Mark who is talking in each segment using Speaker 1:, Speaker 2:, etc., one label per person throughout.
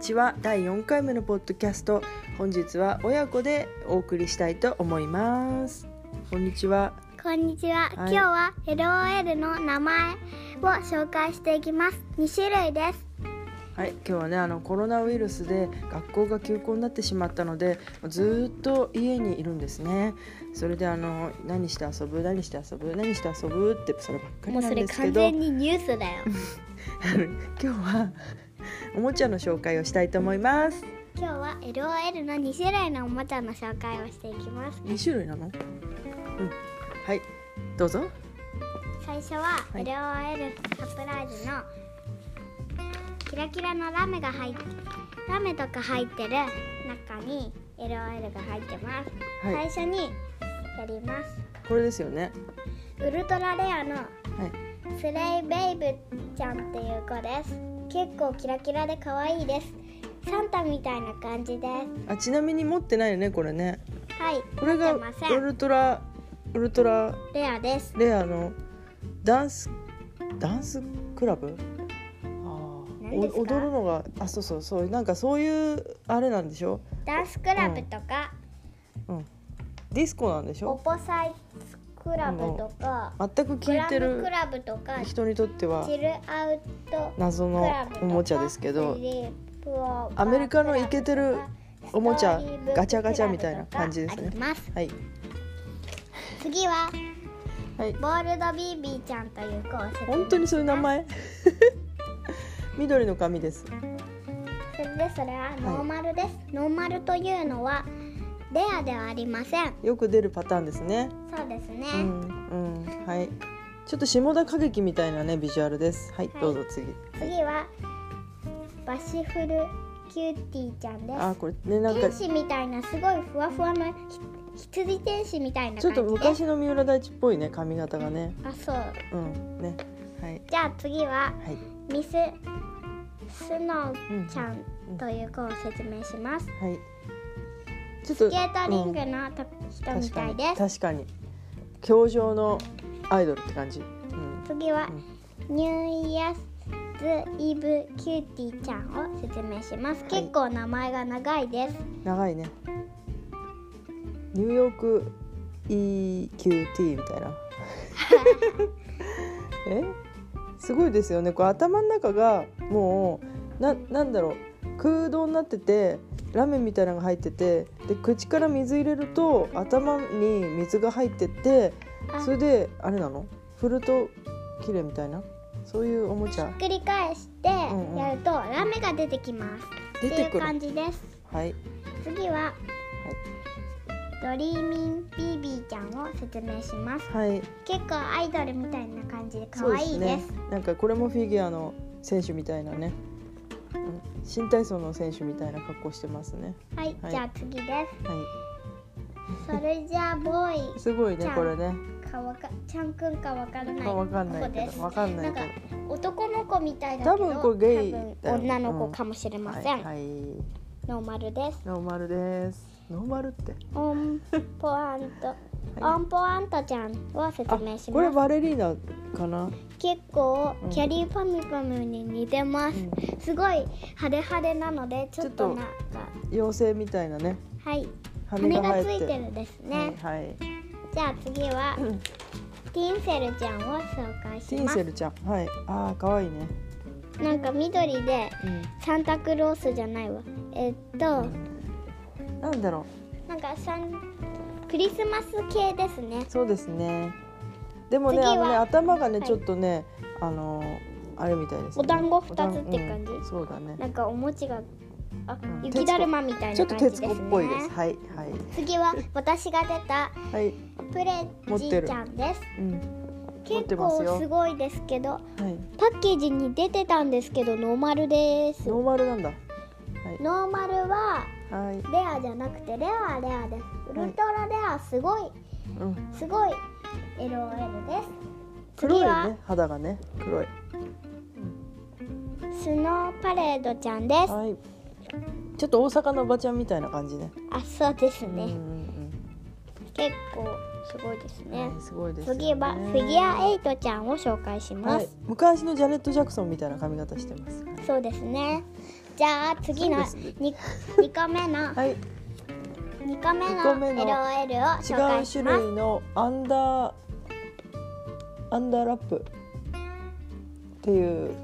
Speaker 1: ちは第4回目のポッドキャスト本日は親子でお送りしたいと思いますこんにちは
Speaker 2: こんにちは。今
Speaker 1: はい
Speaker 2: 日は LOL の名前を紹介していきます。2種類です。
Speaker 1: はい今日はねあのコロナウイルスで学校が休校になってしまったのでずーっと家にいるんですねそれであの何して遊ぶ何して遊ぶ何して遊ぶってそればっかりなんですけど
Speaker 2: にニュースだよ。
Speaker 1: 今日はおもちゃの紹介をしたいと思います
Speaker 2: 今日は LOL の2種類のおもちゃの紹介をしていきます。
Speaker 1: 2種類なのうんはいどうぞ
Speaker 2: 最初は
Speaker 1: はい
Speaker 2: LOL サプライズのキラキラのラメが入っラメとか入ってる中に LOL が入ってます。
Speaker 1: はい
Speaker 2: 最初にやります。
Speaker 1: これですよね
Speaker 2: ウルトラレアの
Speaker 1: はい
Speaker 2: スレイベイブちゃんっていう子です結構キラキラで可愛いですサンタみたいな感じで
Speaker 1: あちなみに持ってないよねこれね
Speaker 2: すはい
Speaker 1: これが
Speaker 2: 持ってませ
Speaker 1: ウ
Speaker 2: ん
Speaker 1: ルトラウルトラ
Speaker 2: レアです
Speaker 1: レアのダンスダンスクラブああ
Speaker 2: 何ですか
Speaker 1: お踊るのがあそうそうそうなんかそういうあれなんでしょ、
Speaker 2: ダンスクラブとか、
Speaker 1: うん、ディスコなんでし
Speaker 2: オ
Speaker 1: ょ
Speaker 2: ポサイスクラブとか
Speaker 1: 全く
Speaker 2: グ
Speaker 1: 聞
Speaker 2: ラ
Speaker 1: いて
Speaker 2: ム
Speaker 1: る
Speaker 2: クラブとかチ
Speaker 1: 人にとっては
Speaker 2: ルアウト
Speaker 1: 謎
Speaker 2: ク
Speaker 1: の
Speaker 2: ラブとか
Speaker 1: おもちゃですけど
Speaker 2: スリープオーバー
Speaker 1: アメリカのイケてるおもちゃ
Speaker 2: ストーリーブック
Speaker 1: ガチャガチャみたいな感じですね
Speaker 2: クラブとかあります
Speaker 1: はい
Speaker 2: 次は
Speaker 1: はい
Speaker 2: ボールドビービーちゃんという子を説明
Speaker 1: 本当にそういう名前 緑の髪です
Speaker 2: それでそれはノーマルです、ノーマルというのはレアではありません
Speaker 1: よく出るパターンですね
Speaker 2: そうですね、
Speaker 1: うん、うん、はい。ちょっと下田歌劇みたいなねビジュアルです。はい、
Speaker 2: はい
Speaker 1: どうぞ次。
Speaker 2: 次はバシフルキューティーちゃんで
Speaker 1: あ、
Speaker 2: す
Speaker 1: これねなんか
Speaker 2: 天
Speaker 1: ち
Speaker 2: 使みたいなすごいふわふわのひ羊天使みた
Speaker 1: ょ
Speaker 2: いな
Speaker 1: っ
Speaker 2: 感じ
Speaker 1: と
Speaker 2: です
Speaker 1: 昔の三浦大知っぽいね髪型がね。
Speaker 2: あそう
Speaker 1: うん、ね、はい
Speaker 2: じゃあ次は
Speaker 1: はい
Speaker 2: ミススノーちゃん
Speaker 1: うん
Speaker 2: という子を説明します、
Speaker 1: はい。ちょっと
Speaker 2: スケートリング
Speaker 1: うん
Speaker 2: のと人み
Speaker 1: 確
Speaker 2: た
Speaker 1: か
Speaker 2: い
Speaker 1: に
Speaker 2: で
Speaker 1: 確
Speaker 2: す
Speaker 1: かに教場のアイドルって感じ。うん、
Speaker 2: 次はニューイヤーズイブキューティーちゃんを説明します
Speaker 1: はい
Speaker 2: 結構名前が長いです
Speaker 1: 長いね。ニューヨーク EQT みたい な。えすごいですよねこう頭の中がもうななんだろう空洞になっててラメみたいなのが入っててで口から水入れると頭に水が入ってって
Speaker 2: あ
Speaker 1: それであれなの振ると綺麗みたいなそういうおもちゃ
Speaker 2: 繰り返して
Speaker 1: んうん
Speaker 2: やるとラメが出てきます
Speaker 1: 出て
Speaker 2: ってい
Speaker 1: く
Speaker 2: う感
Speaker 1: る
Speaker 2: じです
Speaker 1: はい
Speaker 2: 次はドリーミンビービーちゃんを説明します
Speaker 1: はい
Speaker 2: 結構アイドルみたいな感じで可
Speaker 1: そう
Speaker 2: 愛いです
Speaker 1: ねなんかこれもフィギュアの選手みたいなね、うん、新体操の選手みたいな格好してますね
Speaker 2: はい、
Speaker 1: はい
Speaker 2: じゃあ次で
Speaker 1: は
Speaker 2: すそれじゃあボー
Speaker 1: い
Speaker 2: イ
Speaker 1: すごいねこれね
Speaker 2: かわかちゃんくんかわからない
Speaker 1: あわかんない
Speaker 2: ここ
Speaker 1: け
Speaker 2: です
Speaker 1: どわかんない
Speaker 2: なん
Speaker 1: け
Speaker 2: か
Speaker 1: ど
Speaker 2: 男の子みたいだけど
Speaker 1: 多分これゲイ
Speaker 2: 多分
Speaker 1: だよね
Speaker 2: 女の子かもしれません、
Speaker 1: はい、はい
Speaker 2: ノーマルです
Speaker 1: ノーマルです。ノーマルって。
Speaker 2: オンポアント、
Speaker 1: はい
Speaker 2: オンポアントちゃんを説明し
Speaker 1: これ
Speaker 2: ます
Speaker 1: バレリーナかな。
Speaker 2: 結構
Speaker 1: うん
Speaker 2: キャリーパミュパミュに似てます、すごい派手派手なのでちょっとなんか
Speaker 1: 妖精みたいなね。
Speaker 2: はい
Speaker 1: 羽
Speaker 2: 羽
Speaker 1: が生
Speaker 2: が
Speaker 1: え
Speaker 2: つ
Speaker 1: て
Speaker 2: いてるですね、
Speaker 1: はい、はい
Speaker 2: じゃあ次は
Speaker 1: うん
Speaker 2: ティンセルちゃんを紹介し
Speaker 1: ティン
Speaker 2: ま
Speaker 1: セ
Speaker 2: す
Speaker 1: ルちゃん。はい。ああ可愛いね。
Speaker 2: なんか緑で
Speaker 1: う
Speaker 2: サンタクロースじゃないわえっと
Speaker 1: ん。なんだろ
Speaker 2: なんかサンクリスマス系ですね
Speaker 1: う。そうですね。でもね
Speaker 2: 次は
Speaker 1: あのね頭がね、
Speaker 2: はい
Speaker 1: ちょっとねあのーあれみたいです、ね。
Speaker 2: お団子二つ
Speaker 1: お団子
Speaker 2: って感じ
Speaker 1: うんそうだね。
Speaker 2: なんかお餅があ
Speaker 1: うん
Speaker 2: 雪だるまみたい
Speaker 1: ちょ
Speaker 2: な
Speaker 1: っと
Speaker 2: 感じ
Speaker 1: 徹
Speaker 2: ですね
Speaker 1: 子っぽいです。はいはい
Speaker 2: 次は私が出た
Speaker 1: はい。
Speaker 2: プレ
Speaker 1: 持って
Speaker 2: ジ
Speaker 1: る
Speaker 2: ちゃんです
Speaker 1: うん持って
Speaker 2: 結
Speaker 1: ますよ
Speaker 2: 構すごいですけど
Speaker 1: はい。
Speaker 2: パッケージに出てたんですけどノーマルです
Speaker 1: ノーマルなんだ。
Speaker 2: ノーマルは
Speaker 1: はい。
Speaker 2: レアじゃなくてレアはレアですウルトラレアすごい
Speaker 1: うん。
Speaker 2: すごい LOL です
Speaker 1: 黒い
Speaker 2: 次は
Speaker 1: ね肌がね黒い。
Speaker 2: スノーパレードちゃんです
Speaker 1: はい。ちょっと大阪のおばちゃんみたいな感じね。
Speaker 2: あそうです
Speaker 1: うん
Speaker 2: ね結構すごいです
Speaker 1: うんうん
Speaker 2: ね
Speaker 1: はい、すごいですよね。
Speaker 2: 次はフィギュアエイトちゃんを紹介しま
Speaker 1: はい
Speaker 2: す。
Speaker 1: 昔のジャネットジャクソンみたいな髪型してます。
Speaker 2: そうですねじゃあ次の
Speaker 1: そうです
Speaker 2: 2, 二個目の
Speaker 1: はい違う
Speaker 2: 二個目
Speaker 1: 二個目の
Speaker 2: の LOL を紹介し
Speaker 1: 種
Speaker 2: ます。
Speaker 1: 類のアンダーアンダーラップっていう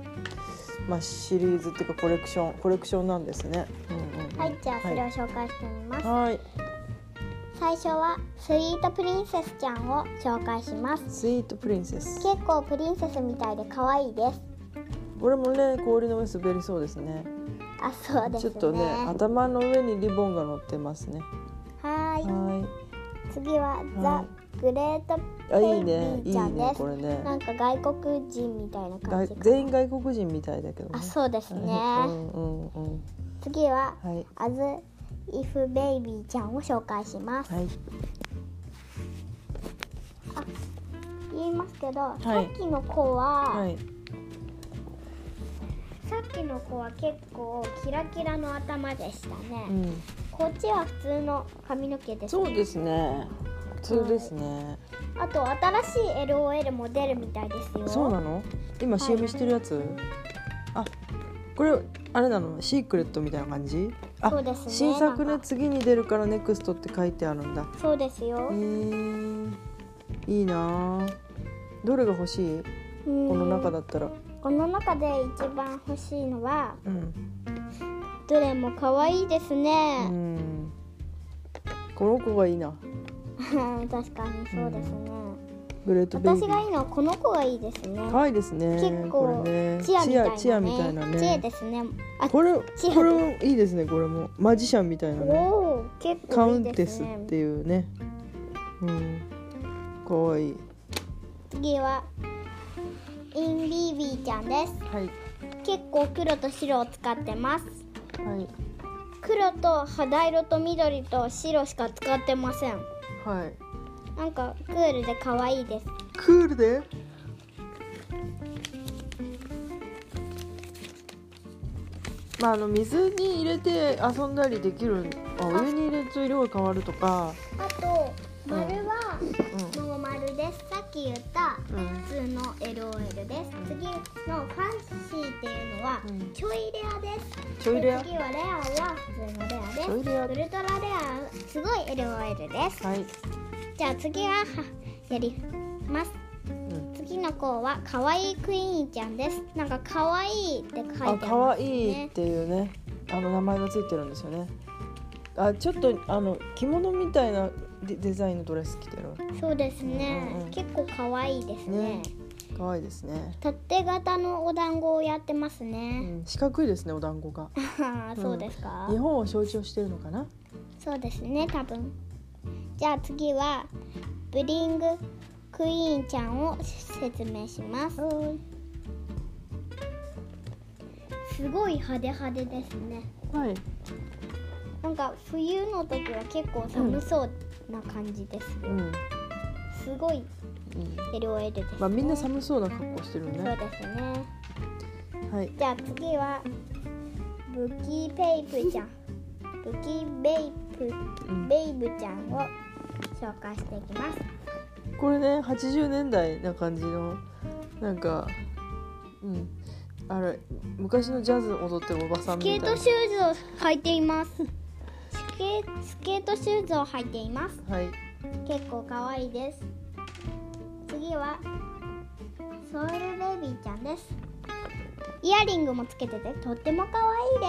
Speaker 1: まあシリーズっていうかコレクションコレクションなんですね。うんうんうん
Speaker 2: はい、じゃあそれを紹介してみます。
Speaker 1: はいはい
Speaker 2: 最初はスイートプリンセスちゃんを紹介します。
Speaker 1: スイートプリンセス。
Speaker 2: 結構プリンセスみたいで可愛いです。
Speaker 1: これもね氷の上滑りそうですね。
Speaker 2: あ、そうです
Speaker 1: ちょ
Speaker 2: ね。
Speaker 1: っとね頭の上にリボンが乗ってますね。
Speaker 2: はーい。
Speaker 1: は
Speaker 2: 次は
Speaker 1: は
Speaker 2: ザ・グレート・
Speaker 1: い。あいいね
Speaker 2: ペ
Speaker 1: い
Speaker 2: イビー
Speaker 1: い
Speaker 2: ちゃん
Speaker 1: ね
Speaker 2: です
Speaker 1: こ。れね。
Speaker 2: なんか外国人みたいな
Speaker 1: が
Speaker 2: 感じ。
Speaker 1: 全員外国人みたいだけどね。
Speaker 2: あ、そうですね。
Speaker 1: うんうんうん。
Speaker 2: 次は
Speaker 1: はい
Speaker 2: アズ・イフ・ベイビーちゃんを紹介します。
Speaker 1: はい。
Speaker 2: 言いますけど、
Speaker 1: い
Speaker 2: さっきの子は、
Speaker 1: はい。
Speaker 2: さっきの子は結構キラキラの頭でしたね、
Speaker 1: うん。
Speaker 2: こっちは普通の髪の毛です
Speaker 1: そうですね。普通ですね。
Speaker 2: あと新しい LOL も出るみたいですよ
Speaker 1: そうなの？今 CM してるやつ？あ、これあれなの？シークレットみたいな感じ？あ
Speaker 2: そうですね
Speaker 1: 新作
Speaker 2: な
Speaker 1: ね
Speaker 2: んか
Speaker 1: 次に出るからネクストって書いてあるんだ。
Speaker 2: そうです
Speaker 1: へ
Speaker 2: よ、
Speaker 1: ーいいなあ。どれが欲しい？
Speaker 2: うん
Speaker 1: この中だったら。
Speaker 2: この中で一番欲しいのは
Speaker 1: うん。
Speaker 2: どれも可愛いです
Speaker 1: う
Speaker 2: ね、
Speaker 1: ん。この子がいいな。
Speaker 2: 確かにそうですね、
Speaker 1: グレートベイビ
Speaker 2: 私
Speaker 1: ー。
Speaker 2: がいいのはこの子がいいですね、
Speaker 1: 可愛いですね。
Speaker 2: 結
Speaker 1: こ
Speaker 2: 構、
Speaker 1: れね
Speaker 2: チアみたいなね
Speaker 1: チアみたいなね。
Speaker 2: チアですねあ
Speaker 1: これ
Speaker 2: チア
Speaker 1: これもいいですね。これもマジシャンみたいな
Speaker 2: お
Speaker 1: ね。
Speaker 2: おー結
Speaker 1: カ
Speaker 2: 構
Speaker 1: ウ
Speaker 2: いい
Speaker 1: ンテ
Speaker 2: です
Speaker 1: ス
Speaker 2: ね
Speaker 1: っていうね。うん。可愛い
Speaker 2: 次はインビービーちゃんです
Speaker 1: はい
Speaker 2: 結構黒と白を使ってます
Speaker 1: はい
Speaker 2: 黒と肌色と緑と白しか使ってません
Speaker 1: はい。
Speaker 2: なんかクールで可愛いです
Speaker 1: クールで。まあ、あの水に入れて遊んだりできるあお湯に入れると色が変わるとか、
Speaker 2: あと丸は
Speaker 1: う
Speaker 2: ノーマルですさっき言った
Speaker 1: んうん、
Speaker 2: 普通の LOL です次のファンシーっていうのは
Speaker 1: うん
Speaker 2: ちょいレアです
Speaker 1: ちょいレア
Speaker 2: で次はレアは普通のレアです
Speaker 1: ちょいレア
Speaker 2: ウルトラレアすごい LOL です
Speaker 1: はい、
Speaker 2: じゃあ次ははやります
Speaker 1: うん、
Speaker 2: 次の子は可愛いクイーンちゃんです。なんか可愛いって書いてあ
Speaker 1: あ
Speaker 2: りますね。
Speaker 1: 可愛いっていうねあの名前がついてるんですよねあちょっとあの着物みたいなデデザインのドレス着てる
Speaker 2: そうですね。
Speaker 1: うんうん
Speaker 2: 結構可愛いですね。
Speaker 1: ね可愛いですね、
Speaker 2: 縦型のお団子をやってます
Speaker 1: う
Speaker 2: ね。
Speaker 1: ん、四角いですねお団子がん
Speaker 2: そうですか、
Speaker 1: 日本を象徴してるのかな
Speaker 2: そうですね。多分。じゃあ次はブリングクイーンちゃんを説明します。すごい派手派手ですね。
Speaker 1: はい
Speaker 2: なんか冬の時は結構寒そうな感じですよ。
Speaker 1: うん
Speaker 2: すごい
Speaker 1: うん、
Speaker 2: LOL です、ね。
Speaker 1: まあみんな寒そうな格好してる
Speaker 2: そう
Speaker 1: ね。
Speaker 2: ですね。
Speaker 1: はい。
Speaker 2: じゃあ次はブキペイプちゃん、ブキベイプ
Speaker 1: うん
Speaker 2: ベイブちゃんを紹介していきます。
Speaker 1: これね、80年代な感じのなんか、うん、あれ昔のジャズ踊ってるおばさんみた
Speaker 2: スケ
Speaker 1: い
Speaker 2: ー
Speaker 1: な。
Speaker 2: トシューズを履いてい ます。スケスケートシューズを履いています。
Speaker 1: はい。
Speaker 2: 結構可愛いです。次はソウルベイビーちゃんです。イヤリングもつけててとっても可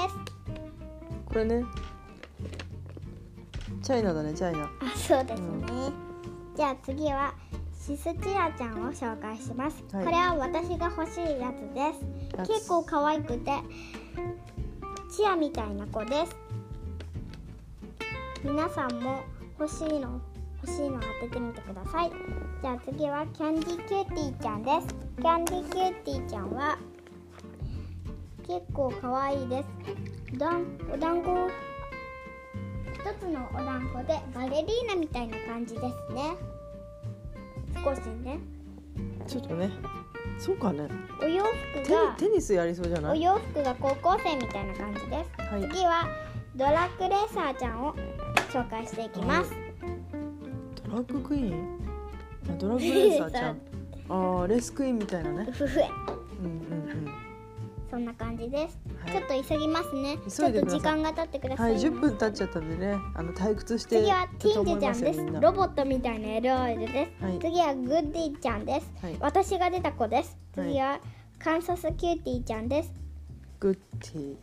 Speaker 2: 愛いです。
Speaker 1: これね、チャイナだね、チャイナ。
Speaker 2: あそうですね、じゃあ次はシスチアちゃんを紹介します、
Speaker 1: はい
Speaker 2: これは私が欲しいやつ
Speaker 1: や
Speaker 2: で
Speaker 1: つ
Speaker 2: す結構可愛くてチアみたいな子です皆さんも欲しいの欲しいの当ててみてくださいじゃあ次はキャンディキューティーちゃんですキャンディキューティーちゃんは結構可愛いですだんお団子を一つのお団子でバレリーナみたいな感じですね少しね
Speaker 1: ちょっとね、そうかね。
Speaker 2: お洋服
Speaker 1: テニ
Speaker 2: が
Speaker 1: テニスやりそうじゃな
Speaker 2: お
Speaker 1: い？
Speaker 2: 洋服が高校生みたいな感じです、
Speaker 1: はい
Speaker 2: 次はドラッグレーサーちゃんを紹介していきます、
Speaker 1: ドラッグクイーン？あドラッ グレーサーちゃん。ああ、レースクイーンみたいなね。
Speaker 2: ふふえ
Speaker 1: うんうんうん。
Speaker 2: そんな感じです、
Speaker 1: はい
Speaker 2: ちょっと急ぎますねちょ
Speaker 1: 急い
Speaker 2: っ
Speaker 1: でくだ
Speaker 2: と
Speaker 1: さい
Speaker 2: 時間が経ってくださ、
Speaker 1: はいい、10分経っちゃったんでね、あの退屈して
Speaker 2: 次はティンジ
Speaker 1: る
Speaker 2: ちゃんです
Speaker 1: みんな
Speaker 2: ロボットみたいなエルオイルです、
Speaker 1: はい
Speaker 2: 次はグッディちゃんです、
Speaker 1: はい
Speaker 2: 私が出た子です
Speaker 1: はい
Speaker 2: 次はカンサスキューティーちゃんです
Speaker 1: グッティ、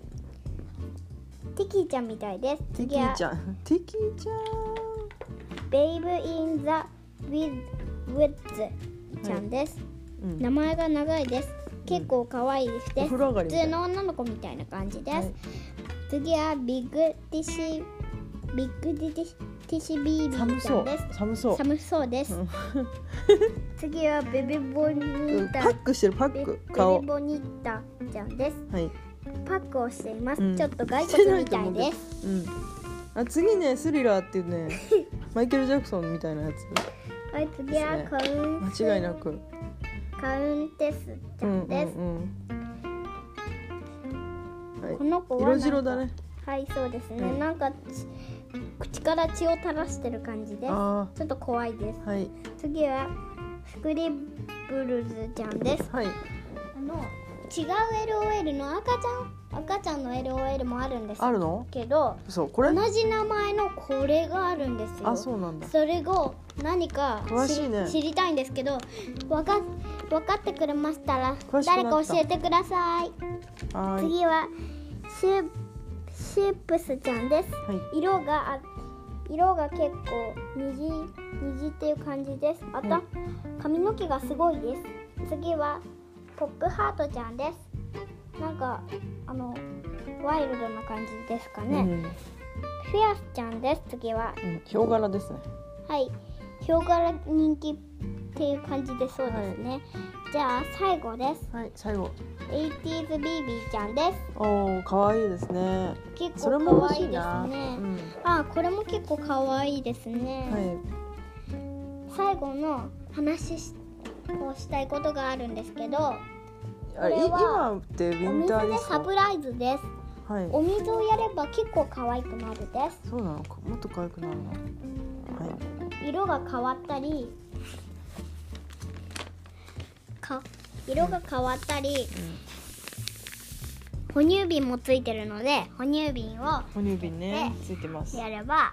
Speaker 2: ティキーちゃんみたいです
Speaker 1: ティ
Speaker 2: 次
Speaker 1: キー
Speaker 2: は
Speaker 1: ちゃん、ティキーちゃん、
Speaker 2: ベイブ・イン・ザ・ウィウッズちゃんです、
Speaker 1: うん、
Speaker 2: 名前が長いです結構可愛いです、
Speaker 1: お風呂上がり
Speaker 2: 普
Speaker 1: みたい
Speaker 2: 通の女の子みたいな感じです、
Speaker 1: はい
Speaker 2: 次はビッグディシビッグディシティシビービ
Speaker 1: 寒
Speaker 2: ーち
Speaker 1: そ
Speaker 2: ゃ
Speaker 1: うん
Speaker 2: です、
Speaker 1: 寒そう、
Speaker 2: 寒そうです、
Speaker 1: うん
Speaker 2: 次はベビボニ
Speaker 1: うん
Speaker 2: ー
Speaker 1: パ
Speaker 2: タ、
Speaker 1: ックしてるパ
Speaker 2: ベ
Speaker 1: ック、
Speaker 2: ベ
Speaker 1: 顔
Speaker 2: ビ、ボニータちゃんです
Speaker 1: はい、
Speaker 2: パックをしています、
Speaker 1: うん
Speaker 2: ちょっと骸骨みたいです
Speaker 1: す。うん、あ、次ね、スリラーっていう ね、マイケルジャクソンみたいなやつ、
Speaker 2: はい次はカウンス
Speaker 1: 間違いなく、
Speaker 2: カウンテスち
Speaker 1: う
Speaker 2: ゃ
Speaker 1: ん
Speaker 2: ん
Speaker 1: うん
Speaker 2: です、
Speaker 1: うん、はい
Speaker 2: こ、の子はなん
Speaker 1: 色
Speaker 2: か
Speaker 1: 白だね、
Speaker 2: はいそうですね、
Speaker 1: うん
Speaker 2: なんかち口から血を垂らしてる感じです
Speaker 1: あ
Speaker 2: ちょっと怖いです
Speaker 1: ー、はい、
Speaker 2: 次はスクリブルズちゃんです
Speaker 1: はい、
Speaker 2: あの違う LOL の赤ちゃん赤ちゃんの LOL もあるんです
Speaker 1: あるの？
Speaker 2: けど
Speaker 1: そう、これ
Speaker 2: 同、じ名前のこれがあるんですよ
Speaker 1: あ、そうなんだ。
Speaker 2: それを何か
Speaker 1: 詳
Speaker 2: 知
Speaker 1: し
Speaker 2: り,、
Speaker 1: いね
Speaker 2: 知りたいんですけどわか分かってくれましたら
Speaker 1: 詳しくなっ
Speaker 2: 誰
Speaker 1: た
Speaker 2: か教えてください
Speaker 1: はーい、
Speaker 2: 次はシュシュプスちゃんです
Speaker 1: はい。
Speaker 2: 色があ色が結構虹虹っていう感じですあと、
Speaker 1: はい
Speaker 2: 髪の毛がすごいです次はポップハートちゃんですなんかあのワイルドな感じですかね、
Speaker 1: うん
Speaker 2: フィアスちゃんです次は
Speaker 1: うん、ヒョウ柄ですね。
Speaker 2: はいヒョウ柄人気っていう感じでそうですね、じゃあ最後です
Speaker 1: はい、最後。
Speaker 2: 80s ビービーちゃんです
Speaker 1: おお、可愛いですね。
Speaker 2: 結
Speaker 1: それ
Speaker 2: 構
Speaker 1: も欲
Speaker 2: 可愛
Speaker 1: し
Speaker 2: い
Speaker 1: い
Speaker 2: ですね
Speaker 1: な。
Speaker 2: あこれも結構可愛いですね
Speaker 1: うん、、はい、
Speaker 2: 最後の話しをしたいことがあるんですけど
Speaker 1: あれ、い
Speaker 2: これは
Speaker 1: 今ってウ
Speaker 2: お
Speaker 1: ィン
Speaker 2: 水
Speaker 1: ターで
Speaker 2: ですサ
Speaker 1: か
Speaker 2: プ。ライズです
Speaker 1: はい。
Speaker 2: お水をやれば結構可愛くなるで
Speaker 1: そうなのか、もっと可愛くなるの。はい。
Speaker 2: す色が変わったりか色が変わったり、哺乳瓶もついてるので哺乳瓶を
Speaker 1: 哺乳瓶ね
Speaker 2: で、
Speaker 1: ついてます。
Speaker 2: やれば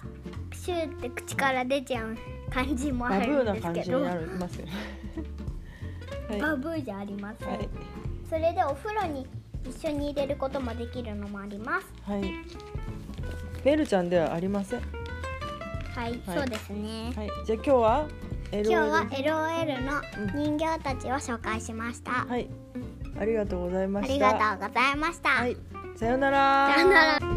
Speaker 2: プシューって口から出ちゃう感じもあ
Speaker 1: バブー
Speaker 2: るん
Speaker 1: な
Speaker 2: です
Speaker 1: 感
Speaker 2: け
Speaker 1: じに
Speaker 2: ど
Speaker 1: なりますよね。 はい。
Speaker 2: バブーじゃありません、
Speaker 1: はい。
Speaker 2: それでお風呂に一緒に入れることもできるのもあります
Speaker 1: はい。ベルちゃんではありません。は
Speaker 2: はい、
Speaker 1: はい
Speaker 2: そうですね。
Speaker 1: い。じゃあ今日は。
Speaker 2: 今日は
Speaker 1: LOL
Speaker 2: LOL の人形たちを紹介しました。
Speaker 1: はい。ありがとうございま
Speaker 2: あ
Speaker 1: し
Speaker 2: り
Speaker 1: た。
Speaker 2: がとうございました。
Speaker 1: はい。さような
Speaker 2: さよなら。